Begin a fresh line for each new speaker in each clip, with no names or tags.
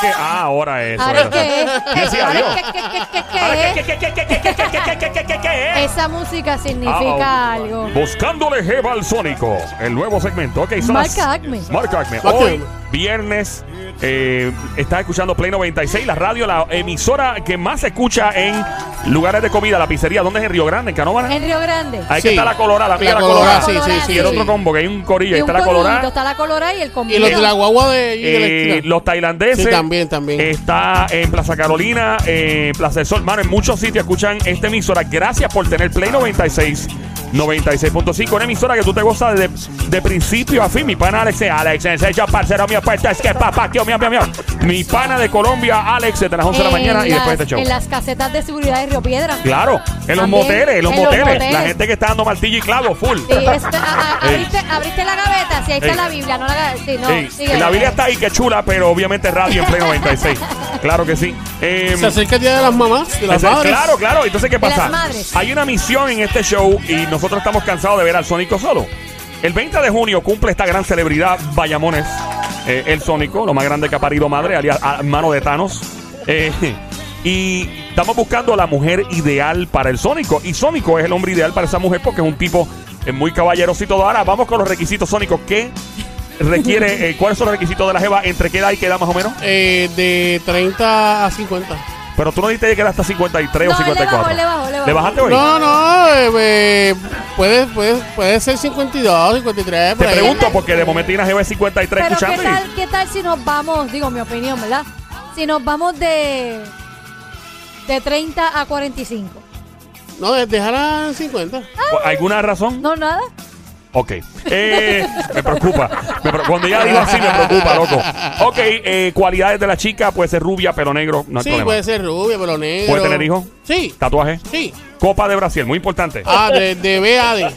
que. Ah, ahora eso.
Ahora es
eso.
que es.
Yo decía,
Ahora es
adiós.
que- que- que- que- que
Ahora
es.
es que- que- que- que- que- que- que- que- que- que- que- que- que-
Esa música
Ah,
significa algo.
Buscándole Jeva al Sónico, el nuevo segmento. Ok, son las-
Marca Acme.
Marca Acme.
Marca
Hoy,
Acme.
viernes, eh, estás escuchando Play 96, la radio, la emisora que más se escucha en lugares de comida, la pizzería. ¿Dónde es? En Río Grande, en Canóvana.
En Río Grande.
Ahí
Sí.
que está la colorada, mira
La
la
colorada,
colorada.
sí, sí, sí.
Y el otro combo, que hay un corillo, ahí
Y un
está la
corillito,
colorada.
está la colorada y el
Y los de la
combinado.
guagua de, y de la
Eh,
esquina.
los tailandeses.
Sí, también, también.
Está en Plaza Carolina, eh, Plaza del Sol. Mano, en muchos sitios escuchan esta emisora. Gracias por tener Play 96. 96.5, una emisora que tú te gozas de, de principio a fin. Mi pana Alex, eh, Alex, ese yo parcero mío, pues es que papá, tío mío, mío, mío. Mi pana de Colombia, Alex, de las 11 de la
En
mañana y
las-
después de este show.
En las casetas de seguridad de Río Piedra.
Claro, en los
También,
moteles, en los
en los
moteles. La
moteles.
gente que está dando martillo y clavo, full.
Sí, este- a- a-
Ey.
abriste, abriste la gaveta, sí, ahí está
Ey.
la Biblia, no la gaveta. Sí, no,
Sí,
sigue.
la Biblia está ahí, que chula, pero obviamente radio en Play 96. claro que sí. Em,
Se acerca el día de las mamás, de las
Ese-
madres.
Claro, claro. Entonces, ¿qué
De las
pasa?
madres.
Hay una misión en este show y nosotros estamos cansados de ver al Sónico solo. El 20 de junio cumple esta gran celebridad Bayamones, eh, el Sónico, lo más grande que ha parido madre, alias a- mano de Thanos. Eh, y estamos buscando la mujer ideal para el Sónico. Y Sónico es el hombre ideal para esa mujer porque es un tipo eh, muy caballerosito. Ahora vamos con los requisitos Sónicos. ¿Qué requiere? eh, ¿Cuáles son los requisitos de la Jeva? ¿Entre qué edad y qué edad más o menos?
Eh, de 30 a 50.
Pero tú no dijiste que era hasta 53 o
No, él le bajó,
54.
le bajó, le bajó.
bajaste hoy?
No, no, eh, eh, puede, puede, puede ser 52, 53. por
Te
ahí.
pregunto porque de momento hay una GB 53
Pero ¿qué
escuchando y
tal, ¿qué tal si nos vamos, digo mi opinión, ¿verdad? Si nos vamos de, de 30 a 45.
No, de- déjala en 50.
Ah.
¿Por ¿Alguna razón?
¿No nada?
Ok. Eh, me preocupa. Me pre- Cuando ella diga así me preocupa, loco. Ok, eh, cualidades de la chica, puede ser rubia, pero negro, no hay
sí, pues.
problema.
puede ser rubia, pero negro.
¿Puede tener hijos?
Sí,
Tatuaje.
sí.
Copa de Brasil, muy importante.
Ah, de, de B a D.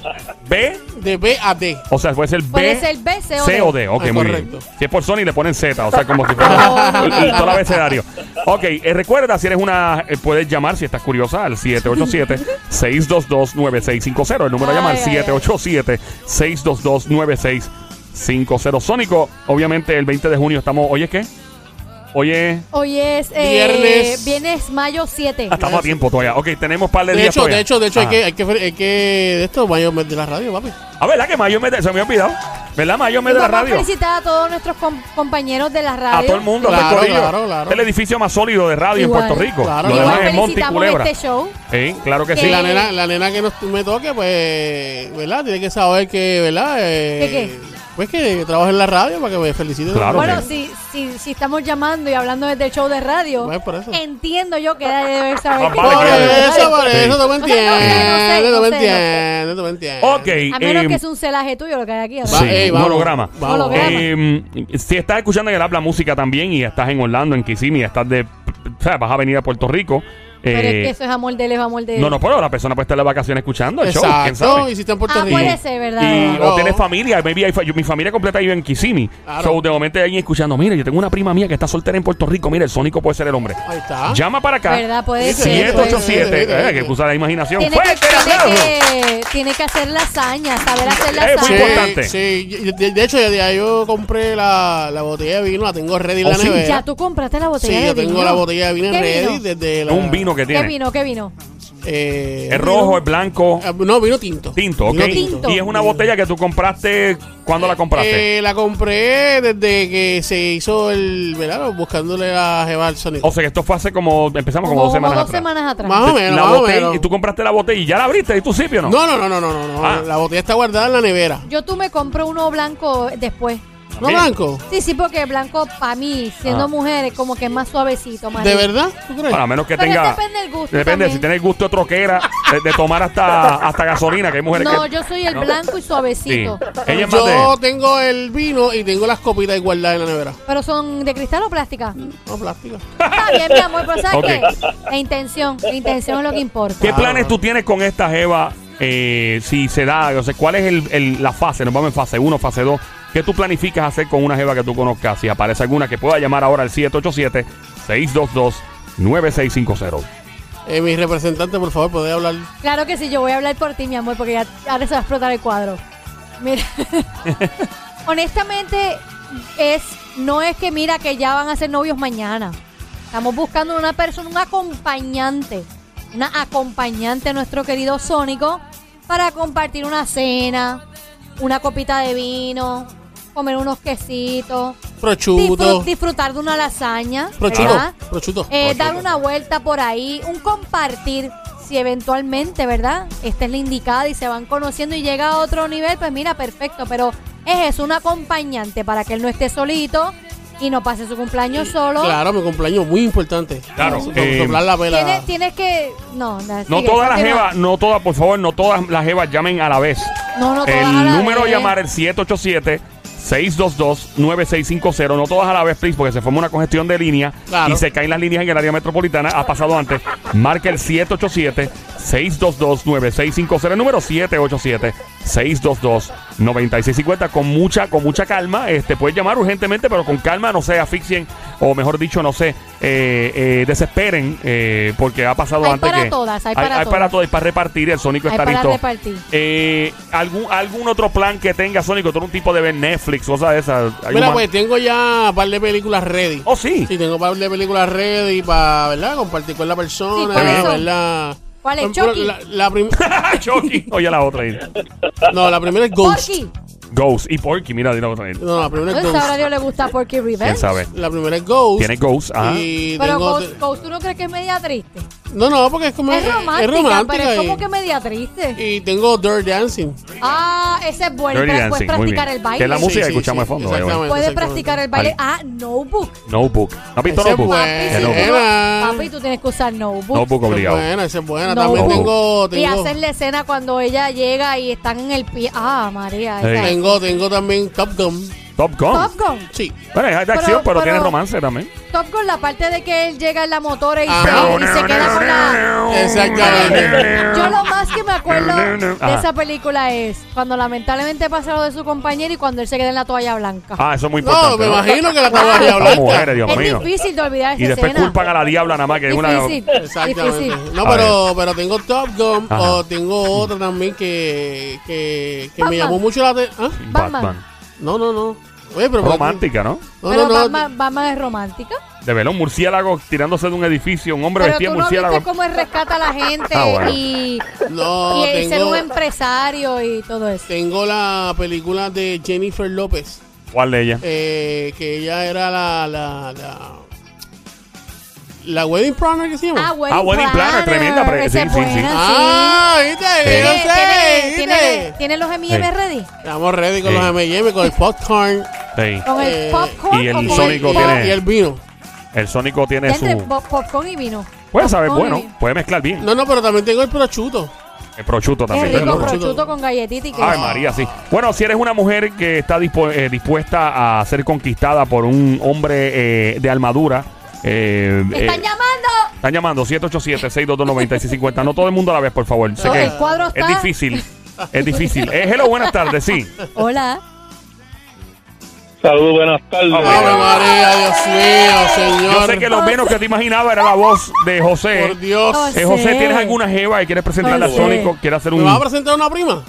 B,
De B a D.
o sea, puede ser B.
Puede ser B, C o D.
Ok,
Ah,
muy
correcto.
bien. Si es por Sony, le ponen Z, o sea, como si fuera el- el- todo el abecedario. Ok, eh, recuerda, si eres una. eh, puedes llamar, si estás curiosa, al 787-622-9650. El número a llamar,
Ay, ay, ay.
787-622-9650. Sónico, obviamente, el 20 de junio estamos. ¿Oye qué? Oye.
Hoy es eh,
Viernes.
viernes mayo 7.
Ah, estamos a tiempo todavía. Ok, tenemos par de,
De
días.
hecho,
todavía. Ah.
de hecho, de hecho, hay
Ajá.
que, hay que, hay que, de esto, baño de la radio, papi.
Ah, ¿verdad que Mayo me de- Se me ha olvidado. ¿Verdad, Mayo me de la
Vamos a
radio?
felicitar a todos nuestros com- compañeros de la radio.
A todo el mundo,
Claro,
a todo el corillo.
claro, claro.
Es el edificio más sólido de radio
Igual.
en Puerto Rico.
Claro,
Lo
claro.
demás
Igual
es Monte y
felicitamos
Culebra.
este show.
Sí, claro que
Que-
sí.
Si la nena, la nena que nos, me toque, pues, ¿verdad? Tiene que saber que, ¿verdad? Eh,
¿Qué qué?
Pues que trabaja en la radio para que me felicite.
Claro.
Bueno,
que-
si, si, si estamos llamando y hablando desde el show de radio,
Bueno, por eso.
entiendo yo que ella debe saber.
Ah,
que-
Por
Vale, claro.
eso, por
Sí.
eso, tú me
No sé, no sé,
entiendes,
no
tú me
sé, no sé.
entiendes, tú me entiendes.
Ok.
A menos
eh,
que es un celaje tuyo lo que hay aquí. ¿verdad?
Va-
sí,
ey,
un
vamos,
holograma.
vamos.
Holograma.
Eh, si estás escuchando en el app la música también y estás en Orlando, en Kissimmee, estás de. o sea, vas a venir a Puerto Rico.
Pero
eh,
es que eso es amor de lejos, amor de
no, no, pero la persona puede estar de vacaciones escuchando el show. ¿Quién
Exacto,
sabe?
y si está en Puerto
Ah,
Rico.
puede ser, ¿verdad?
Y,
Claro.
O tienes familia, maybe hay fa- yo- mi familia completa vive en Kissimmee.
Claro.
So, de momento hay alguien escuchando. Mire, yo tengo una prima mía que está soltera en Puerto Rico. Mire, el Sónico puede ser el hombre.
Ahí está.
Llama para acá.
¿Verdad? Puede
Ah. Sí,
ser. puede ser.
787.
sí, sí,
eh, que
sí.
usa la imaginación.
Tiene que,
¡Fuerte el
tiene,
aplauso!
que, tiene que hacer lasaña, saber hacer
Eh, muy
Sí,
lasaña.
importante.
sí. Yo- De, de hecho, ya, ya yo compré la, la botella de vino, la tengo ready en
Oh,
la
sí.
nevera.
Ya tú compraste la botella
Sí,
de
yo
vino.
tengo la botella de vino
¿Qué
ready
vino?
desde la...
un vino que
¿Qué
tiene.
vino? ¿Qué vino?
Eh,
Es rojo, es blanco,
Ah, No, vino tinto.
tinto, ¿ok?
Vino
tinto.
Y es una botella que tú compraste. ¿Cuándo la compraste?
Eh, la compré desde que se hizo el verano buscándole a Jeva al Sónico.
o sea que esto fue hace como. Empezamos como, dos semanas atrás.
atrás.
Más o menos,
La
más o
botella,
menos.
y tú compraste la botella y ya la abriste, ¿y tú sí, Pío, no?
No, no, no, no, no, no, no.
Ah.
La botella está guardada en la nevera.
Yo tú me compro uno blanco después.
¿No
Mira.
blanco?
Sí, sí, porque el blanco para mí, siendo
Ah.
mujer, es como que es más suavecito. Más
¿De
rico.
verdad? ¿Tú crees?
Bueno, a menos que
Pero
tenga.
depende del gusto
Depende,
también.
si tienes gusto de troquera, de, de tomar hasta, hasta gasolina, que hay mujeres
No,
que.
yo soy el
No.
blanco y
Sí.
suavecito.
Ella es más
Yo
de.
tengo el vino y tengo las copitas guardadas en la nevera.
Pero son de cristal o plástica.
No, plástica.
Está bien, mi amor, pero ¿sabes
Ok.
qué? La intención, la intención es lo que importa.
¿Qué
Ah.
planes tú tienes con esta Jeva? eh, si se da, o sea, ¿cuál es el- el- la fase? Nos vamos en fase 1, fase 2. ¿Qué tú planificas hacer con una Jeva que tú conozcas? Si aparece alguna que pueda llamar ahora al 787-622-9650.
Eh, mi representante, por favor, puede hablar.
Claro que sí, yo voy a hablar por ti, mi amor, porque ya ahora se va a explotar el cuadro. Mira, honestamente es no es que mira que ya van a ser novios mañana. Estamos buscando una persona, un acompañante, una acompañante a nuestro querido Sónico para compartir una cena, una copita de vino, comer unos quesitos,
Prochuto.
disfrut- disfrutar de una lasaña,
Prochuto.
¿verdad?
Prochuto.
Eh,
Ocho,
dar
ocho.
una vuelta por ahí, un compartir. Si eventualmente, ¿verdad? Esta es la indicada y se van conociendo y llega a otro nivel, pues mira, perfecto. Pero es eso, un acompañante para que él no esté solito y no pase su cumpleaños solo.
Claro, mi cumpleaños muy importante.
Claro,
So-
eh,
soplar la vela.
Tienes, tienes que. No, no,
No
sigue,
todas las
continúa.
jevas, no todas, por favor, no todas las jevas llamen a la vez.
No, no, todas a
El
la
número a
vez.
llamar es 787 622-9650, no todas a la vez, please, porque se forma una congestión de línea
Claro.
y se caen las líneas en el área metropolitana. Ha pasado antes. Marca el 787-622-9650, el número 787-622-9650. Con mucha, con mucha calma, este puedes llamar urgentemente, pero con calma, no se asfixien, o mejor dicho, no se eh, eh, desesperen, eh, porque ha pasado
Hay
antes.
para
que-
todas, hay para
hay para
todas.
todo y para repartir. El Sónico
Hay
está
para
listo.
repartir.
Eh, ¿algún, ¿Algún otro plan que tenga Sónico? ¿Tú un tipo de ver Netflix, cosas de esas? ¿Hay un
Mira,
man-
pues tengo ya un par de películas ready.
Oh, sí.
Sí, tengo un par de películas ready para, ¿verdad? Compartir con la persona,
Sí, ¿cuáles son?
¿verdad?
¿Cuál es?
Por ejemplo,
¿Chucky?
La, la prim-
Chucky. Oye, la otra. ahí.
no, la primera es Ghost.
Porky.
Ghost y Porky. Mira, di la otra. ahí.
No, la primera es
Pues ahora a
Ghost.
Dios le gusta Porky
¿Quién
Revenge.
sabe?
La primera es Ghost.
Tiene Ghost. Ajá.
Y
Pero
tengo
Ghost,
otra-
Ghost, ¿tú no crees que es media triste?
No, no, porque es como
Es romántica, pero es
y-
como que media triste.
Y tengo Dirt Dancing.
Ah, ese es bueno.
Dirty
Pero puedes
Dancing, muy
practicar
bien.
el baile.
Que es la música que escuchamos de fondo,
exactamente,
Puedes
exactamente.
practicar el baile. Ah, notebook.
Notebook. ¿No has visto
Ese es
Notebook?
bueno.
Papi,
Que
si
no.
tú
Era.
no- papi, tú tienes que usar notebook.
Notebook
Esa es
obligado.
buena, esa es buena.
No,
También
no.
tengo,
Y
tengo,
hacer la escena cuando ella llega y están en el pie. Ah, María.
Sí.
esa es-
tengo, tengo también Top Gun.
Top Gun.
Top Gun.
Sí.
Bueno, es de acción, pero,
pero-
tiene romance también.
Top Gun, la parte de que él llega en la motora y,
Ajá.
se, y se queda con la.
Exactamente.
Yo lo más que me acuerdo de
Ajá.
esa película es cuando lamentablemente pasa lo de su compañero y cuando él se queda en la toalla blanca.
Ah, eso es muy importante.
No, me
¿no?
imagino que la estaba ya
Estas mujeres,
blanca.
Dios
es
mío.
difícil de olvidar esa
Y después
escena.
culpan a la diabla nada más que es una...
difícil,
Exactamente.
difícil.
No,
A
pero, pero tengo Top Gun
Ajá.
o tengo otra también que, que, que me
Batman.
llamó mucho la atención. ¿Ah?
Batman.
Batman.
No, no, no. Oye, pero
Romántica, ¿no?
No,
pero
no, no.
Batman, Batman es romántica.
De ver un murciélago tirándose de un edificio, un hombre
Pero
vestido
tú
de
no
murciélago.
viste cómo él rescata a la gente
Ah, bueno.
y,
No,
y el ser
Oh, tengo-
un empresario y todo eso.
Tengo la película de Jennifer López,
¿Cuál de ella?
eh, que ella era la, la, la, la wedding planner que se llama.
Ah, Wedding,
Ah, Wedding Planner, tremenda, pre-
esa
sí,
es
sí, sí.
buena,
Ah, ¿viste? Yo
Tiene-
sé,
tiene-
¿viste?
tiene- ¿Tiene los M&M
Sí.
ready?
Estamos ready con
Sí.
los M&M, con el popcorn
Sí.
Con
Eh,
el popcorn
y el
o con
Sónico
y,
pop-
tiene-
y el vino.
El Sónico tiene
entre
su.
pop- popcorn y vino.
Puede saber,
Popcorn y
bueno,
vino.
puede mezclar bien.
No, no, pero también tengo el prosciutto.
El prosciutto
Qué
también.
pero
rico
no,
Ay,
prosciutto.
prosciutto con galletita y queso.
Ay, María, sí. Bueno, si eres una mujer que está dispu- eh, dispuesta a ser conquistada por un hombre eh, de armadura. eh,
¡Me
eh,
¡Están llamando!
están llamando 787-622-9650. No todo el mundo a la vez, por favor. Sé
No,
que
el cuadro
es
está-
difícil. Es difícil. Eh, hello, buenas tardes, sí.
Hola.
Saludos, buenas tardes.
Ah, bueno.
¡Ave María, Dios mío, señor!
Yo sé que lo menos que te imaginaba era la voz de José.
Por Dios.
No, sí.
Eh, José,
José.
¿tienes alguna jeva y quieres presentarla a
José.
Sónico? ¿Quieres hacer
¿Me
un...?
vas a presentar una prima?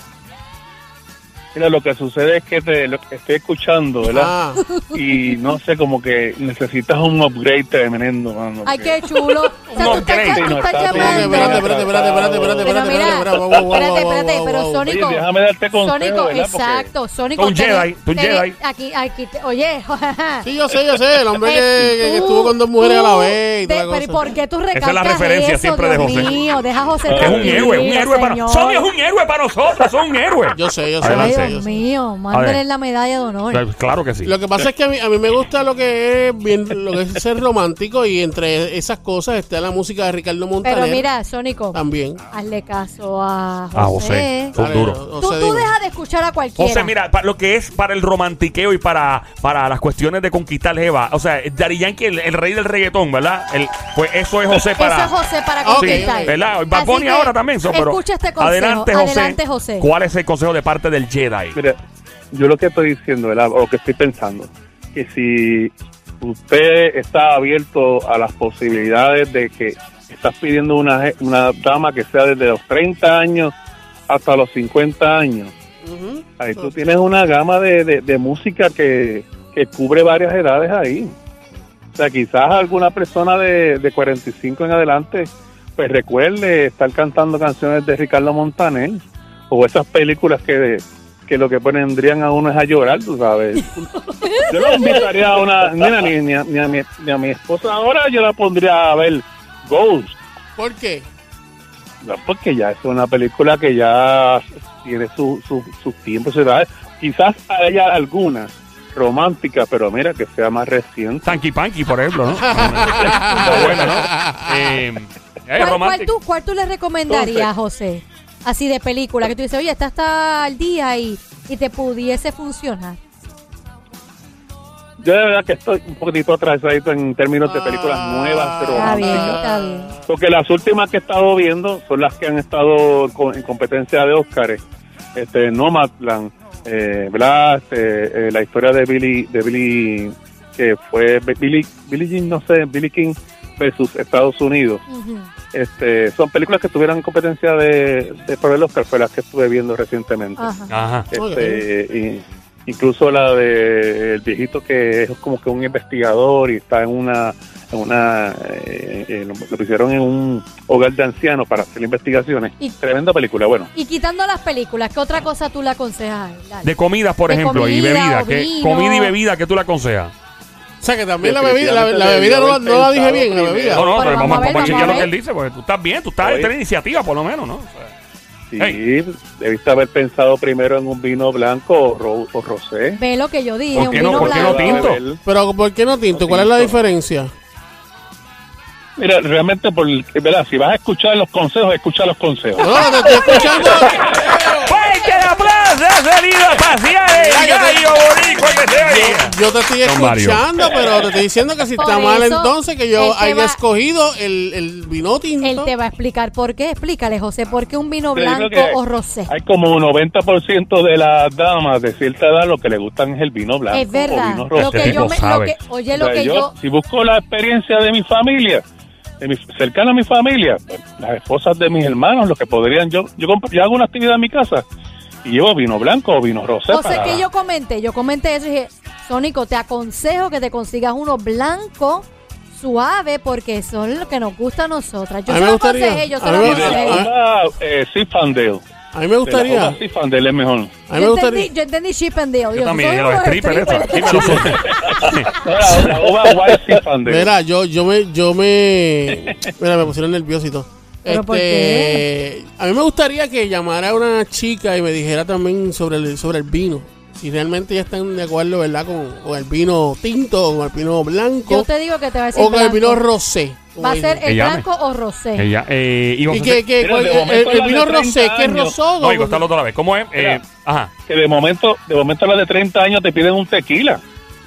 Mira, lo que sucede es que te, lo que estoy escuchando, ¿verdad?
Ah,
Y no sé, como que necesitas un upgrade tremendo, mano.
Ay, qué chulo. O sea,
No,
tú estás,
creen,
tú
no,
estás
está bien,
espérate,
llamando.
espérate, espérate, espérate, espérate, espérate,
Pero
espérate,
mira,
espérate, wow, wow, wow,
espérate,
wow,
espérate,
wow,
pero
wow.
Oye,
Sónico.
déjame darte consejo,
Sónico,
¿verdad? Porque
exacto. Sónico.
Tú un
tenés-
Jedi, tú un
tenés-
Jedi.
Aquí, aquí, te- oye. eh,
Sí, yo sé, yo sé, el hombre que, que- que
Tú-
estuvo con dos mujeres a la
tú-
vez y toda
de-
la
pero ¿y
cosa.
por qué tú recalcas
es la referencia
eso,
siempre de
Dios
José.
mío, deja a José
Es
Es un
tranquilo,
héroe, un héroe para
señor.
Sony es un héroe para nosotros, son un héroe.
Yo sé, yo sé,
Ay,
Adelante.
yo sé, yo
Dios
sé.
mío, mándale la medalla de honor.
Eh, Claro que sí.
Lo que pasa es que a mí, a mí me gusta lo que es bien, lo que es ser romántico y entre esas cosas está la música de Ricardo Montaner.
Pero mira, Sónico,
también.
hazle caso a José.
Ah, José, son
Dale,
duros.
o- o
Tú,
sea,
tú
digo,
deja de escuchar a cualquiera.
José, mira, pa- lo que es para el romantiqueo y para, para las cuestiones de conquistar Jeva, o sea, Dari Yankee, el, el rey del reggaetón, ¿verdad? El- pues eso es José para...
Eso es José para
Ah, ok,
conquistar.
ok.
¿Verdad? Bad
Así
Bunny
que
ahora también. so, pero
Escucha este consejo.
Adelante José, eh,
Adelante, José.
¿Cuál es el consejo de parte del Jedi?
Mira, yo lo que estoy diciendo, ¿verdad? O lo que estoy pensando, que si usted está abierto a las posibilidades de que estás pidiendo una, je- una dama que sea desde los 30 años hasta los 50 años,
ujú.
ahí tú tienes una gama de, de- de música que, que cubre varias edades ahí. O sea, quizás alguna persona de, de 45 en adelante pues recuerde estar cantando canciones de Ricardo Montaner o esas películas que, que lo que pondrían a uno es a llorar, tú sabes. Yo no invitaría a una nena ni, ni a, ni a mi, ni a mi esposa ahora, yo la pondría a ver Ghost.
¿Por qué?
No, porque ya es una película que ya tiene sus su, su tiempos, su edad. Quizás haya algunas románticas, pero mira, que sea más reciente.
Tanky Panky, por ejemplo, ¿no? Está
Ah.
bueno, ¿no? Eh, eh,
¿Cuál, cuál
romántico.
tú, ¿Cuál tú le recomendarías, José? Así de película, que tú dices, oye, esta está al día y, y te pudiese funcionar.
Yo de verdad que estoy un poquitito atrasadito en términos de películas
Ah.
nuevas,
Está bien,
románticas.
está bien.
Porque las últimas que he estado viendo son las que han estado co- en competencia de Óscares. Este, Nomadland, eh, Blast, eh, eh, la historia de Billy, de Billy, que fue Bi- Billy, Billy Jean, no sé, Billy King versus Estados Unidos.
Ujú.
Este, son películas que tuvieron competencia de, de por el Oscar, fue las que estuve viendo recientemente.
Ajá.
Ajá.
Este, y- incluso la de el viejito que es como que un investigador y está en una en una eh, eh, lo, lo pusieron en un hogar de ancianos para hacer investigaciones
Y-
tremenda película bueno
Y quitando las películas, ¿qué otra cosa tú le aconsejas? a él? Dale.
De comidas, por
De
ejemplo, y
comida,
bebida.
o
Que,
vino.
comida y bebida, que tú le aconsejas?
O sea, que también la bebida, la, la bebida no, la- no la dije bien, la bebida.
No, no,
Pero
pero vamos,
vamos a ver,
vamos a
vamos
chequear
a
lo que
ver.
él dice, porque tú estás bien, tú estás
Oye.
en iniciativa, por lo menos, ¿no? O sea,
sí
Hey.
debiste haber pensado primero en un vino blanco o, ro- o rosé
Ve lo que yo dije,
¿Por
un
qué no-
vino
por qué no
blanco.
tinto?
Pero ¿por qué no tinto? ¿Cuál es la diferencia?
mira realmente por verdad si vas a escuchar los consejos escucha los consejos
No, no, te estoy escuchando.
¡Fuerte el aplauso! ¡Ha salido a pasear eh! el
Mira que te-
gallo boricua que se oiga!
Yo te estoy
Don Mario.
escuchando, pero te estoy diciendo que si
Por
está mal
eso,
entonces que
él
yo
te
haya
va-
escogido el, el vino
Él
tinto.
te va a explicar por qué. Explícale, José, por qué un vino
Yo digo
blanco
que
o rosé.
Hay como un 90% de las damas de cierta edad lo que le gustan es el vino blanco.
Es verdad.
O vino
Lo
rojo.
Este
que yo
tipo
me, lo
sabe.
que, oye, lo
O sea,
que
yo,
yo.
Si busco la experiencia de mi familia, de mi- cercana a mi familia, pues, las esposas de mis hermanos, lo que podrían. Yo yo, comp- yo hago una actividad en mi casa y llevo vino blanco o vino rosé.
O sea,
para-
que yo comenté, yo comenté eso y dije, Sónico, te aconsejo que te consigas uno blanco, suave, porque son los que nos gusta a nosotras. Yo
A
se
mí me
lo
gustaría.
aconsejé, yo
A
se lo
mí me
Y de la
gustaría.
aconsejé.
uva, eh, Zinfandel.
A mí me
De la
gustaría.
uva Zinfandel es mejor.
A mí me
yo,
gustaría.
entendí, yo entendí Chip and Dale.
Yo también,
soy
de los
unos
strippers,
strippers.
estos. Dímelo, Sonia.
Ah.
No, la, la uva White Zinfandel.
Mira, yo, yo me, yo me, mira, me pusieron nervioso y todo.
¿Pero por
Este, a mí me gustaría que llamara a una chica y me dijera también sobre el, sobre el vino. Si realmente ya están de acuerdo, ¿verdad? Con, con el vino tinto, o con el vino
Yo
blanco,
te digo que te va a decir
o con el vino
blanco.
rosé. como
Va a
dicen.
ser el
llame.
blanco o rosé.
Ella, eh, y vos-
¿Y que, que,
Mira,
cuál-
de
el,
momento
el
la de
vino
30
rosé, ¿qué es
años.
rosado?
No, y contarlo otra vez. ¿Cómo es? Eh,
Mira.
ajá,
Que de momento, de momento las de 30 años te piden un tequila.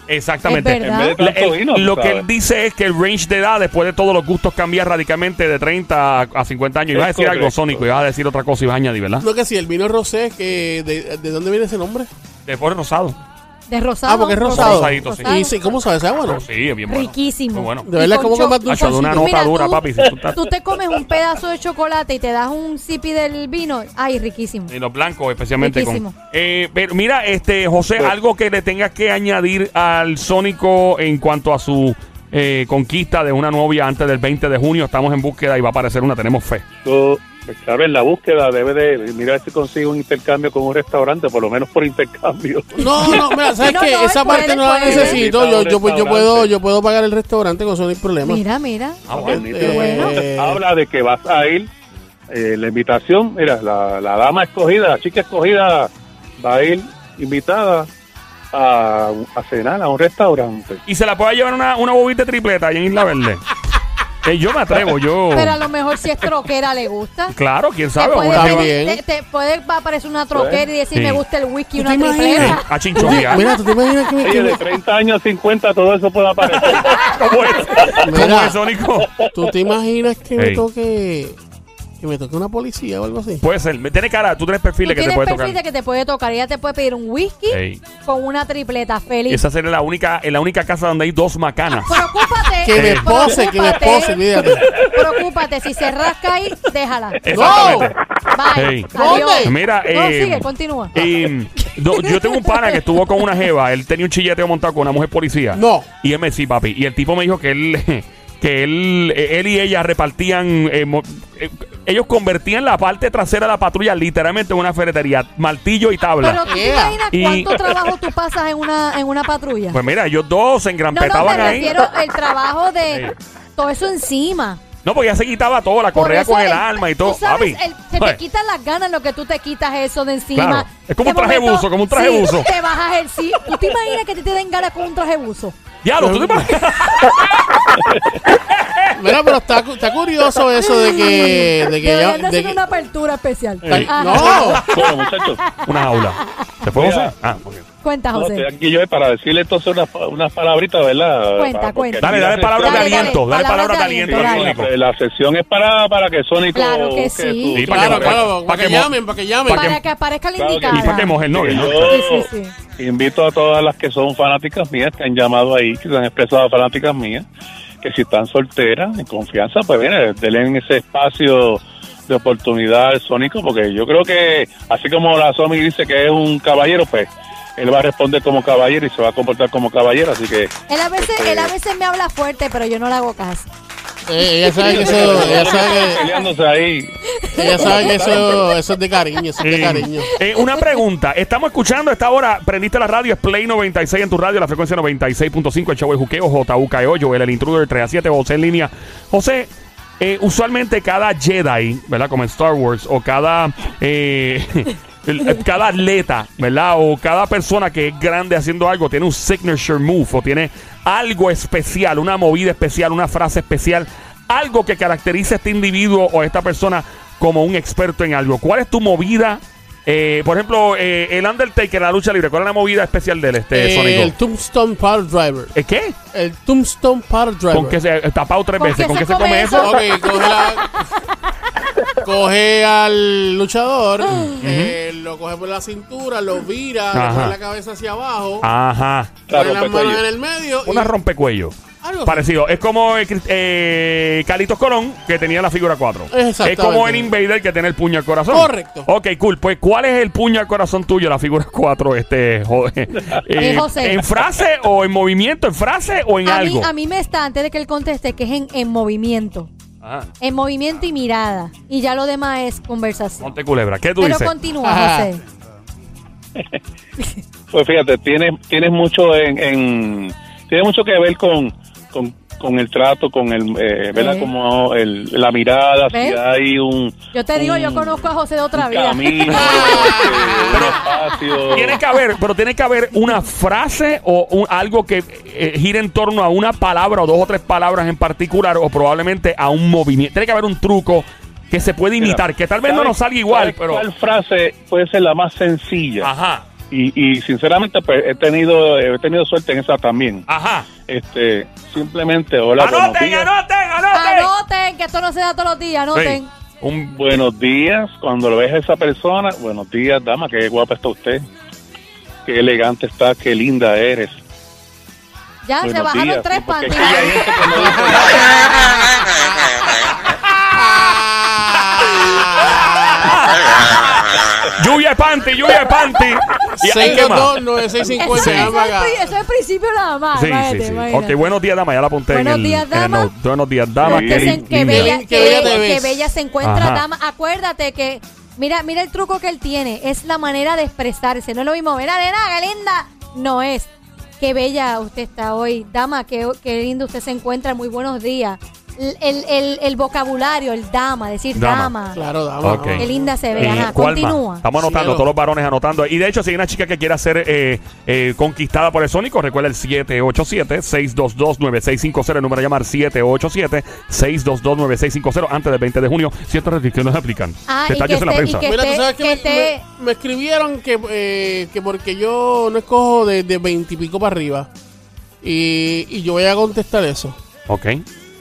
exactamente.
Es verdad.
En vez de
La-
tanto
el-
vino, tú
lo que
sabes.
él dice es que el range de edad, después de todos los gustos, cambia radicalmente de 30 a- a 50 años. Y
Es
vas a decir algo
correcto.
sónico, y vas a decir otra cosa y vas a añadir, ¿verdad?
No, que si el vino rosé, que de, ¿de dónde viene ese nombre?
Después rosado.
De rosado.
Ah, porque es rosado.
Rosadito, sí.
¿Y se- cómo sabes? ¿Sabe bueno?
Pero Oh, sí, es bien bueno.
Riquísimo.
Muy bueno.
De verdad,
Y
¿cómo
con
que más
cho-
tú-
Ah, yo de una
Mira,
nota dura,
tú-
papi. si tú estás-
Tú te comes un pedazo de chocolate y te das un sipi del vino. Ay, riquísimo.
Y los blancos, especialmente
Riquísimo.
con. Eh, pero mira, este José,
Pues-
algo que le tengas que añadir al Sónico en cuanto a su eh, conquista de una novia antes del 20 de junio. Estamos en búsqueda y va a aparecer una, tenemos fe.
Yo, pues, claro, en la búsqueda debe de mirar si consigo un intercambio con un restaurante, por lo menos por intercambio.
No, no, mira, ¿sabes
No,
qué?
no,
Esa
él
parte
puede,
no la
puede.
necesito. Yo, yo, yo, puedo, yo puedo pagar el restaurante con eso no hay problema.
Mira, mira.
Ah,
Pues,
bueno.
nítido,
bueno.
entonces,
Eh.
Habla de que vas a ir, eh, la invitación, mira, la, la dama escogida, la chica escogida va a ir invitada a, a cenar a un restaurante.
Y se la puede llevar una, una bobita tripleta ahí en Isla Verde. Eh, yo me atrevo, yo.
Pero a lo mejor si es troquera le gusta.
Claro, quién
Te
sabe.
puede,
una
Está
jeva-
bien.
te, te puede aparecer una troquera y decir
Sí.
me gusta el whisky y una
¿Tú te
Sí,
imaginas?
tripleta.
Eh, a
Oye,
chinchorrear.
Mira, tú te imaginas que me.
Oye,
que me-
de 30 años, 50, todo eso puede aparecer.
¿Cómo es? ¿Cómo es,
Mira,
Sónico?
tú te imaginas que me
Ey.
toque. Que me toque una policía o algo así.
Puede ser. Me Tiene cara, tú tienes
Tú
perfiles que te
tienes
puede
perfil de
tocar.
que te puede tocar. Ella te puede pedir un whisky
Ey.
con una tripleta, feliz.
Esa sería la única, la única casa donde hay dos macanas.
Preocúpate.
Que me pose, que me
preocúpate,
pose, fíjate.
Preocúpate. Si se rasca ahí, déjala.
Exactamente.
Bye.
Ey.
Adiós.
¿Dónde?
Mira,
No,
eh,
sigue, continúa.
eh, No, yo tengo un pana que estuvo con una jeva. Él tenía un chilleteo montado con una mujer policía.
No.
Y él me sí, papi. Y el tipo me dijo que él, que él, él y ella repartían. eh, mo- eh, ellos convertían la parte trasera de la patrulla literalmente en una ferretería. Martillo y tabla.
Pero tú te
Ea.
imaginas
Y-
cuánto trabajo tú pasas en una, en una patrulla.
pues mira, ellos dos
No,
se
no,
engrampetaban
me
ahí.
refiero al trabajo de todo eso encima.
No, porque ya se quitaba todo, la
Por
correa
eso
con el, alma y todo.
tú sabes,
papi. Pues,
el- se
Oye,
te quitan las ganas lo que tú te quitas eso de encima.
Claro. Es como
De
un traje buzo, como un traje
sí,
buzo.
Te bajas el sí. ¿Tú te imaginas que a ti te den ganas con un traje buzo?
Diablo, tú te imaginas.
Mira, pero está, cu- está curioso eso de que. De que,
Deberían
ya-
de
de
hacer
que-
una apertura especial.
Eh.
está-
Ajá.
no.
Bueno, muchachos,
Una jaula. ¿Se fue José? Ah, ok.
Cuenta,
no,
Ah, José.
estoy aquí yo eh, para decirle entonces unas unas palabritas, ¿verdad?
Cuenta,
Para- porque
cuenta.
Dale,
aquí
dale
la
palabras de
sesión-
dale,
aliento. Dale palabras de
Sí,
aliento al
dale.
público.
la, la sesión es para, para que Sónico.
Claro que sí.
Sí, para que-
Claro,
para-
claro.
para
Para
que
que
mo-
llamen, para que llamen.
para
para
que-
que, aparezca la
Claro que-
indicada.
Y para que moje el novio. ¿no?
Yo
Sí, sí,
invito a todas las que son fanáticas mías, que han llamado ahí, que se han expresado fanáticas mías, que si están solteras, en confianza, pues viene, denle ese espacio de oportunidad al Sónico, porque yo creo que, así como la Somi dice que es un caballero, pues él va a responder como caballero y se va a comportar como caballero, así que
Él a veces,
Este-
él a veces me habla fuerte, pero yo no le hago caso.
Eh, ella sabe que eso. Ella sabe
peleándose ahí.
que, ella sabe que eso, eso es de cariño, eso es de
Eh,
cariño.
eh, una pregunta. Estamos escuchando a esta hora. Prendiste la radio, es Play 96 en tu radio, la frecuencia 96.5, el show de juqueo, JUKEO, E Joel, el intruder 3 a 7, José en línea. José, eh, usualmente cada Jedi, ¿verdad? Como en Star Wars, o cada. eh, el- Cada atleta, ¿verdad? O cada persona que es grande haciendo algo tiene un signature move o tiene algo especial, una movida especial, una frase especial, algo que caracteriza a este individuo o a esta persona como un experto en algo. ¿Cuál es tu movida eh, por ejemplo, eh, el Undertaker, la lucha libre, ¿cuál es la movida especial del este,
Eh, el
Sónico?
Tombstone Power Driver.
¿Eh, ¿Qué?
El Tombstone Power Driver.
¿Con qué se eh, tapado tres
¿Con
veces?
qué
¿Con qué se come eso?
Ok, coge, la- coge al luchador, eh, lo coge por la cintura, lo vira,
Ajá.
le pone la cabeza hacia abajo,
Ajá.
pone
Claro, pues,
las
Pecoyo.
manos en el medio. y-
Una rompecuello.
Algo así.
Parecido. Es como eh, Crist- eh, Carlitos Colón, que tenía la figura 4.
Exactamente.
Es como el Invader, que tiene el puño al corazón.
Correcto.
Ok, cool. Pues, ¿cuál es el puño al corazón tuyo, la figura 4? Este, joder? Eh,
José.
¿En frase o en movimiento? ¿En frase o en
A mí,
algo?
a mí me está, antes de que él conteste, que es en, en movimiento.
Ajá.
En movimiento y mirada. Y ya lo demás es conversación.
Monte Culebra. ¿Qué tú
Pero
dices?
continúa,
Ajá.
José.
Pues fíjate, tienes, tienes mucho en, en- tiene mucho que ver con, con, con el trato, con el, eh, ¿verdad?
Sí.
Como el- la mirada, si
¿Ves?
hay un,
Yo te digo,
un-
yo conozco a José de
un
otra vida.
camino, este, un
Tiene que
espacio.
haber, pero tiene que haber una frase o un- algo que eh, gire en torno a una palabra o dos o tres palabras en particular o probablemente a un movimiento. Tiene que haber un truco que se puede imitar, que tal vez no
¿Sabes-
nos salga igual,
sabes
pero...
¿Cuál frase puede ser la más sencilla?
Ajá,
Y, y sinceramente pues, he tenido he tenido suerte en esa también.
ajá.
Este, simplemente, hola, buenos
¡Anoten,
días.
anoten, anoten!
Anoten, que esto Ah, no se da todos los días, anoten.
Sí, un-
Buenos días, cuando lo ves a esa persona, buenos días, dama, qué guapa está usted. Qué elegante está, qué linda eres.
Ya, se
buenos
bajaron
días,
tres
sí, porque es que ya hay
pantillas.
gente que no dice nada.
Ah.
lluvia de panty, lluvia de panty. ¿Y hay qué más?
622-9650.
Sí.
llama acá.
Eso, es el principio nada más.
Sí, sí,
imagínate,
sí.
imagínate.
Ok, buenos días, dama. Ya la apunté en
Buenos
el-
días,
en el
dama.
note. Buenos días, dama.
Sí.
que,
Qué
se-
linda.
que bella, eh,
Qué
que-
bella te ves.
que bella se encuentra,
Ajá.
dama. Acuérdate que, mira, mira el truco que él tiene. Es la manera de expresarse. No es lo mismo, mira, nena, qué linda. No es. Qué bella usted está hoy. Dama, qué, qué lindo usted se encuentra. Muy buenos días. El, el- el- el vocabulario, el dama, decir
Dama.
dama.
Claro, dama.
Ok.
Qué linda se ve.
Eh,
Ajá,
¿cuál más?
continúa.
Estamos anotando,
Cielo.
todos los varones anotando. Y de hecho, si hay una chica que quiera ser eh, eh, conquistada por el Sónico, recuerda el 787-622-9650, el número de llamar 787-622-9650 antes del 20 de junio. Ciertas restricciones aplican.
Ah, y
Detalles
que
en la
esté- y
prensa.
que-
Mira, tú
esté-
sabes que,
que
me,
esté-
me- me escribieron que, eh, que porque yo no escojo de, de 20 y pico para arriba. Y, y yo voy a contestar eso.
Ok.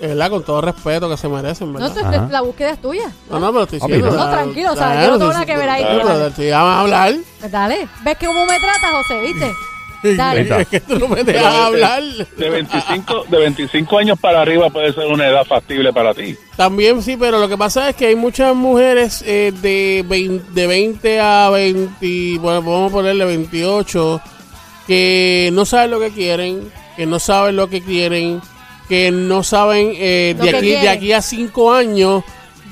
Es verdad, con todo respeto que se merecen,
No,
¿verdad?
tú-
Ajá.
la búsqueda es tuya.
No, no, pero estoy
Papi,
diciendo.
no.
No,
la-
tranquilo, o sea,
la-
yo no tengo
la-
nada que ver ahí, tú,
Claro,
dale.
pero te vamos a hablar.
Pues Dale. ¿Ves que cómo me trata José, viste? Dale.
Ahí está.
Es que tú no me dejas hablar.
De 25, de 25 años para arriba puede ser una edad factible para ti.
También sí, pero lo que pasa es que hay muchas mujeres eh, de, 20, de 20 a 20, bueno, vamos a ponerle 28, que no saben lo que quieren, que no saben lo que quieren, que no saben eh,
Lo
de,
que
aquí, de
quieren.
aquí a 5 años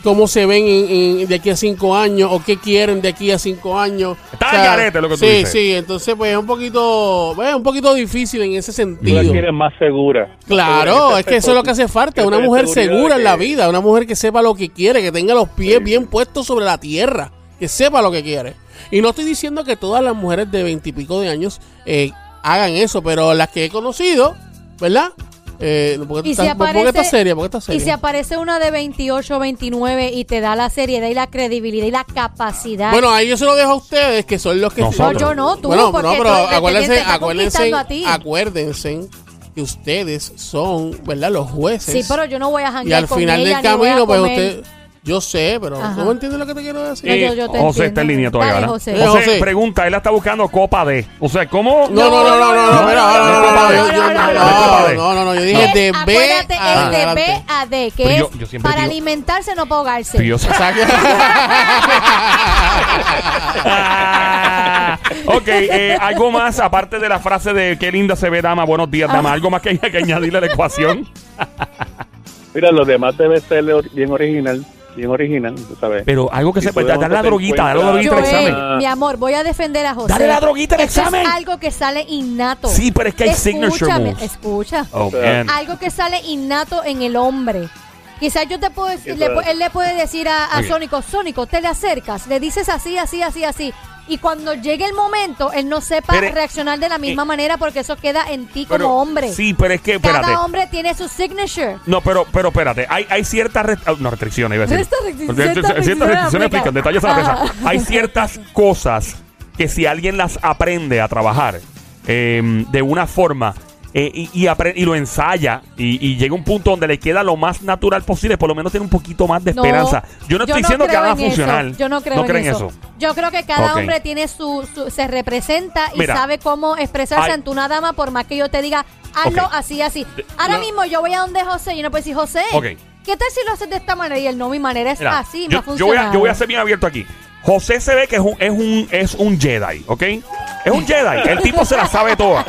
cómo se ven en- en- de aquí a 5 años o qué quieren de aquí a 5 años.
Está
O
al garete lo que tú
sí,
dices.
Sí, entonces pues es un poquito, bueno, es un poquito difícil en ese sentido.
Tú la quieres más segura.
Claro,
Segura,
es que eso es lo que hace falta,
que
una
tenga
mujer
seguridad
segura
de
en la
que-
vida, una mujer que sepa lo que quiere, que tenga los pies bien puestos sobre la tierra, que sepa lo que quiere. Y no estoy diciendo que todas las mujeres de veintipico de años eh, hagan eso, pero las que he conocido, ¿verdad? Eh, ¿por, qué
Y
tú
si
estás- por- por qué
aparece-
estás seria? ¿Por qué estás
Y
seria?
si aparece una de 28 o 29 y te da la seriedad y la credibilidad y la capacidad.
bueno, ahí yo se lo dejo a ustedes, que son los que...
Nosotros.
no, yo no, tú,
bueno,
porque
no, pero
tú eres
acuérdense,
dependiente, está
acuérdense,
conquistando a ti.
acuérdense que ustedes son, ¿verdad? Los
Sí,
jueces.
pero yo no voy a
Y
janguear
al
con
final
ella,
del
ni voy a
camino, pues
comer.
usted. Yo sé, pero
Ajá.
¿cómo entiendes lo que te quiero decir?
No,
Eh,
yo- yo te
José
entiendo.
está en línea todavía.
Dale,
¿verdad?
José.
José,
José.
pregunta, él está buscando copa D. O sea, ¿cómo?
No, no, no, no, no, no, mira, ahora,
no,
ahora,
no,
ahora, yo-
no, no,
yo-
no,
no, no, no, yo dije
Es-
de
Eh,
B
acuérdate, es de
a
B
adelante.
a D, que
Pero
es
yo- yo siempre
para
digo-
alimentarse, no para ahogarse.
Dios. Ah, ok, eh, algo más, aparte de la frase de qué linda se ve, dama, buenos días, dama, algo más que hay que añadirle a la ecuación.
Mira, los demás debe ser de or- bien original, bien original, tú sabes.
Pero algo que
Si
se puede
podemos
dar la
hacer
droguita, dale la droguita al
encuentras-
examen.
Joel, eh, mi amor, voy a defender a José.
Dale la droguita al
Eso
examen.
Es algo que sale innato.
Sí, pero es que hay
Escúchame,
signature moves.
Escucha.
Oh,
sea,
man.
Algo que sale innato en el hombre. Quizás yo te puedo decir,
Eso
le pu-
es.
él le puede decir a, a
Ok.
Sónico, Sónico, te le acercas, le dices así, así, así, así. Y cuando llegue el momento, él no sepa
Pero- eh,
reaccionar de la misma manera porque eso queda en ti
Pero-
como hombre.
Sí, pero es que, espérate.
Cada hombre tiene su signature.
No, pero, pero espérate, hay, hay ciertas rest- oh, no, restricciones, iba a decir.
Estas restric-
Porque
ciertas
ciertas
restricciones
restricciones
aplican.
aplican, detalles a la
Ajá.
mesa. Hay ciertas cosas que si alguien las aprende a trabajar eh, de una forma eh, y, y apre- y lo ensaya y, y llega un punto donde le queda lo más natural posible, por lo menos tiene un poquito más de
No,
esperanza. Yo no estoy diciendo que
creo
haga
en eso.
funcional.
Yo no creo en,
creen
eso. Yo creo que cada
Ok.
hombre tiene su, su- se representa y
Mira.
sabe cómo expresarse
Ay.
ante una dama por más que yo te diga hazlo
Ok.
así así. Ahora
no.
mismo yo voy a donde José y yo no puedo decir José.
Ok.
¿Qué tal si lo haces de esta manera y él no mi manera es
Mira,
así
yo,
me ha
yo voy a, yo voy a
funcionado"?
ser bien abierto aquí. José se ve que es un, es un, es un Jedi, ¿ok? Es un Jedi. El tipo se la sabe toda.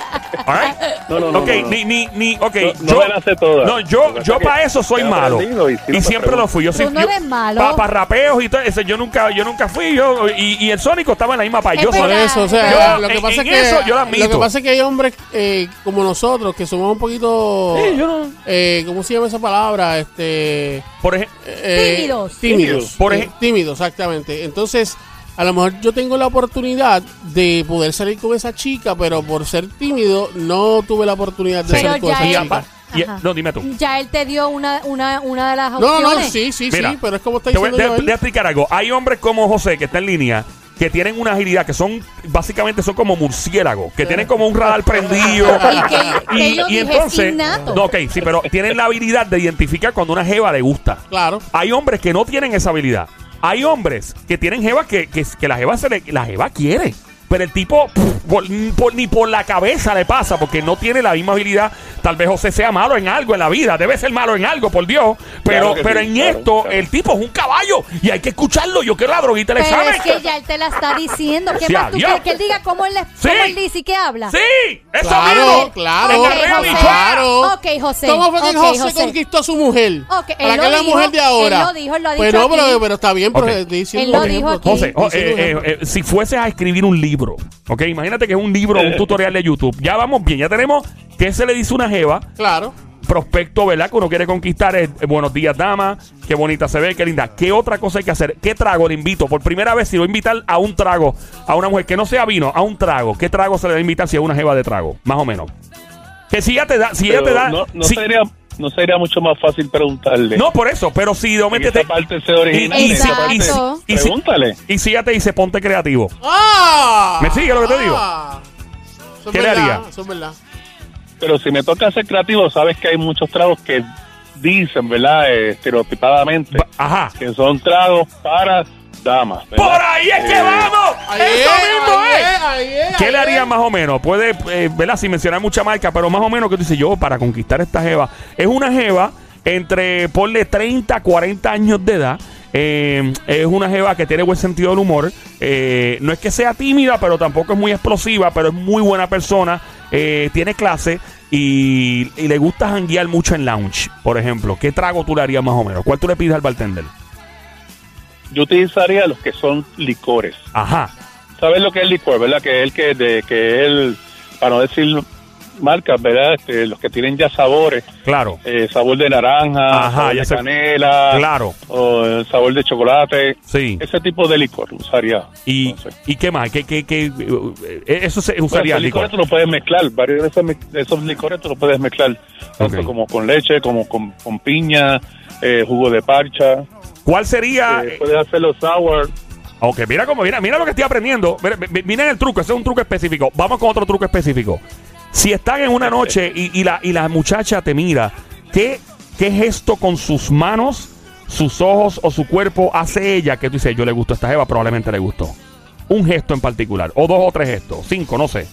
All right?
No, no, no,
Ok,
no, no.
ni, ni, ni, ok.
No- no me la sé toda.
No,
Lo
yo,
que
yo
pasa
para
que
eso soy
he
malo.
aprendido y
Y,
sí lo
siempre lo fui. Yo
Tú
sí-
no
yo-
eres malo.
Pa- pa' rapeos y todo eso. Yo nunca, yo nunca fui. Yo, y, y el Sónico estaba en la misma pa.
Es
Yo soy-
Por
Espera,
eso, o sea,
espera.
Yo,
lo que
en-
pasa
en
es que
eso yo lo
lo
admito.
que pasa es que hay hombres eh, como nosotros que somos un poquito eh, ¿cómo se llama esa palabra? Este
Por ejemplo.
eh,
Tímidos.
Tímidos.
Por
Eh,
ej-
tímidos, exactamente. Entonces, a lo mejor yo tengo la oportunidad de poder salir con esa chica, pero por ser tímido no tuve la oportunidad de
Sí.
salir con
Pero
esa
ya
y
él-
chica.
apa- y-
Ajá.
no, dime tú.
Ya él te dio una, una, una de las
No,
opciones.
no, sí, sí,
Mira,
sí, pero es como está
Te voy,
diciendo
te- te
Joel.
voy a explicar algo. Hay hombres como José que está en línea que tienen una agilidad que son básicamente son como murciélagos, que tienen como un radar prendido.
Y que- que yo dije, es innato.
no, ok, sí, pero tienen la habilidad de identificar cuando una jeva le gusta.
Claro.
Hay hombres que no tienen esa habilidad. Hay hombres que tienen jeva que, que, que la jeva se le- la jeva quiere. Pero el tipo pff, por- ni por- ni por la cabeza le pasa porque no tiene la misma habilidad. Tal vez José sea malo en algo en la vida. Debe ser malo en algo, por Dios. Pero,
Claro que
pero
sí,
en
claro,
esto,
claro.
el tipo es un caballo y hay que escucharlo. Yo quiero la droguita del
Pero
examen.
es que ya él te la está diciendo. ¿Qué
Sí,
más tú
adiós.
quieres que él diga cómo él, le-
Sí.
cómo él dice y qué habla?
¡Sí! ¡Eso
Claro,
mismo!
claro,
¡Venga,
Ok,
arriba,
José.
bichuela!
claro.
Ok, José.
¿Cómo fue que
Ok,
José, conquistó a su mujer?
Ok, él
¿Para
lo
qué la
dijo,
mujer de
él
ahora?
lo dijo, él lo ha
Pues
dicho
no, pero,
aquí.
pero está bien,
Ok.
pero estoy diciendo
Él lo
un
dijo
ejemplo
aquí.
aquí,
José, jo-
estoy diciendo
eh,
un ejemplo.
eh, eh, si fueses a escribir un libro, ¿ok? Imagínate que es un libro, un tutorial de YouTube. Ya vamos bien, ya tenemos que se le dice una jeva,
Claro.
prospecto, ¿verdad? Que uno quiere conquistar. Es, eh, buenos días, dama. Qué bonita se ve, qué linda. ¿Qué otra cosa hay que hacer? ¿Qué trago le invito? Por primera vez, si voy a invitar a un trago, a una mujer que no sea vino, a un trago. ¿Qué trago se le va a invitar si es una jeva de trago? Más o menos. Que si ya te da, si ella
Pero
te da.
no, no
si-
sería, no sería mucho más fácil preguntarle.
no, por eso, pero si de
En
momento
esa
te.
parte sea original.
y-
en esa parte-
Exacto.
y si-
Pregúntale.
Y si ella te dice, ponte creativo.
¡Ah!
¿Me sigue lo que te digo?
Eso es
¿Qué le
verdad,
haría?
Eso es verdad.
Pero si me toca ser creativo, sabes que hay muchos tragos que dicen, ¿verdad? Eh, estereotipadamente,
Ba- Ajá.
que son tragos para dama. ¿verdad?
¡Por ahí es que
Eh,
vamos!
Ahí
¡Eso mismo
ahí
es!
ahí es,
¿Qué
ahí
le harías
es.
más o menos? Puede, eh, ¿verdad? Sin mencionar mucha marca, pero más o menos que tú dices yo para conquistar esta jeva. Es una jeva entre, ponle 30, 40 años de edad. Eh, es una jeva que tiene buen sentido del humor. Eh, no es que sea tímida, pero tampoco es muy explosiva, pero es muy buena persona. Eh, tiene clase y, y le gusta janguear mucho en lounge, por ejemplo. ¿Qué trago tú le harías más o menos? ¿Cuál tú le pides al bartender?
Yo utilizaría los que son licores.
Ajá.
¿Sabes lo que es licor, verdad? Que es el que, de, que es el, para no decir marcas, ¿verdad? Este, los que tienen ya sabores,
Claro.
eh, sabor de naranja,
Ajá,
sabor
ya
de
sé.
canela,
Claro.
o el sabor de chocolate.
Sí.
Ese tipo de licor usaría.
¿Y,
Entonces,
¿y qué más? ¿Qué, qué, qué, eh, eso se
bueno,
usaría
esos
licor?
licores tú lo puedes mezclar, varios de esos, mez- de esos licores tú lo puedes mezclar, tanto
Ok.
como con leche, como con, con piña, eh, jugo de parcha,
¿Cuál sería?
eh, puedes hacerlo sour,
Ok, mira cómo, mira, mira lo que estoy aprendiendo. Mira, mi- miren el truco, ese es un truco específico. Vamos con otro truco específico. Si están en una noche y, y la, y la muchacha te mira, ¿qué, ¿qué gesto con sus manos, sus ojos o su cuerpo hace ella que tú dices, yo le gusto a esta Eva, probablemente le gustó? Un gesto en particular, o dos o tres gestos, cinco, no sé.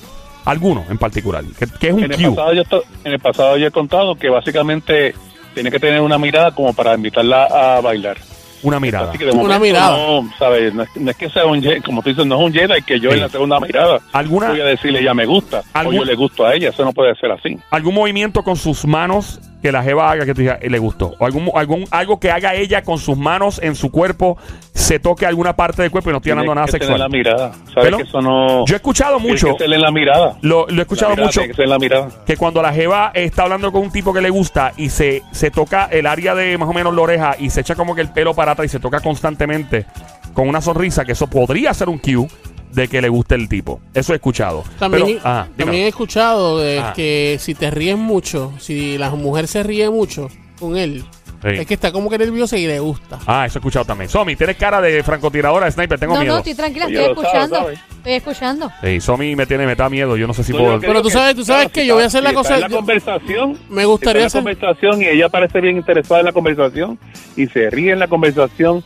Alguno en particular, que, que es un
en el,
cue.
pasado yo, to- en el pasado yo he contado que básicamente tiene que tener una mirada como para invitarla a bailar.
Una mirada.
Así que de
Una
momento
mirada.
No, ¿sabes? No, es, no es que sea un Jedi, como tú dices, no es un Jedi que yo
Sí.
en la segunda mirada
¿Alguna-
voy a decirle ya me gusta
¿Algún-
o yo le gusto a ella. Eso no puede ser así.
algún movimiento con sus manos que la jeva haga que te diga, eh, le gustó. O algún, algún, algo que haga ella con sus manos en su cuerpo, se toque alguna parte del cuerpo y no estoy hablando
Tiene
nada
que tener la
sexual.
mirada. ¿Sabes
Pero
que eso no...
Yo he escuchado mucho,
Tiene que ser en la mirada.
lo, lo he escuchado
La mirada
mucho,
Tiene que ser en la mirada.
que cuando la jeva está hablando con un tipo que le gusta y se, se toca el área de más o menos la oreja y se echa como que el pelo para atrás y se toca constantemente con una sonrisa, que eso podría ser un cue de que le guste el tipo. Eso he escuchado.
También,
Pero- ah, ajá, dígame. Ah.
también he escuchado de
Ajá.
que si te ríes mucho, si la mujer se ríe mucho con él,
Sí.
es que está como que nerviosa y le gusta.
Ah, eso he escuchado también. Somi, tienes cara de francotiradora de sniper, tengo
no,
miedo.
no, estoy tranquila,
Oye,
estoy
lo sabe,
escuchando.
sabe.
Estoy escuchando.
Sí, Somi me tiene, me da miedo. Yo no sé si
No,
puedo.
yo creo
Pero tú
que-
sabes- tú sabes
claro,
que
si
yo voy a
está-
hacer la
si está
cosa-
en la
yo-
conversación.
me gustaría
está en la
hacer-
conversación y ella parece bien interesada en la conversación y se ríe en la conversación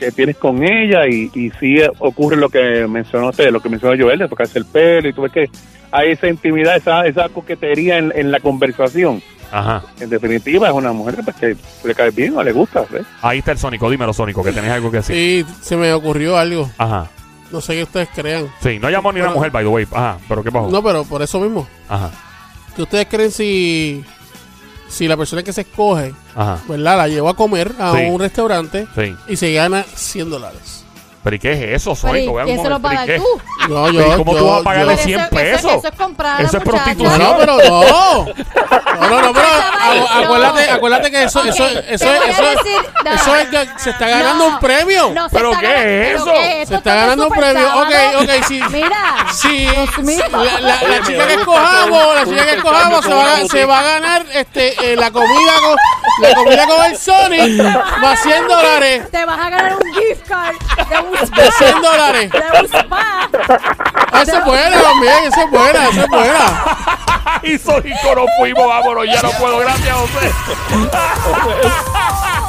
que tienes con ella y, y sí eh, ocurre lo que mencionó usted, lo que mencionó Joel, de tocarse el pelo y tú ves que hay esa intimidad, esa, esa coquetería en, en la conversación.
Ajá.
En definitiva es una mujer pues, que le cae bien o le gusta. ¿ves?
Ahí está el Sónico. Dímelo, Sónico, que tenés algo que decir.
Sí, se me ocurrió algo.
Ajá.
No sé qué ustedes crean.
Sí, no llamó ni una
Pero-
mujer, by the way. Ajá, pero ¿qué pasó?
No, pero por eso mismo.
Ajá,
¿Qué ustedes creen si, si la persona que se escoge,
ajá.
¿verdad? La lleva a comer a
Sí.
un restaurante
Sí.
y se gana 100 dólares.
¿Pero y qué es eso,
Pero, ¿y
Sónico? Vean
¿Quién
un
se lo
momento,
paga
¿y qué?
tú?
No,
Pero, ¿y cómo tú vas a pagarle
Pero
100
eso-
pesos?
Eso, eso es comprar a la
Eso es
muchacha.
No,
prostitución.
no, pero no. No, no, no, pero
Ay,
acu-
no.
acuérdate, acuérdate que eso,
Ok,
eso,
te
eso,
voy a
eso,
decir- no.
eso es que se está ganando
No,
un premio.
no, se
¿Pero
está
qué
ganando-
es
¿pero
eso?
qué es
Se
esto?
está
Esto es
ganando un
Super
premio. Ok,
Sábado.
ok, sí.
Mira.
Sí,
Dios mío.
la, la- la chica que escojamos, la chica que escojamos se va, a- se va a ganar este, eh, la comida con la comida con el Sony va a 100 dólares,
Te vas a ganar un gift card de un
de
spa.
100 dólares.
De un spa.
Ah, Esa es buena también, esa es buena, esa es buena.
¡Ay, Sónico, nos fuimos! Vámonos, ya no puedo. Gracias, José.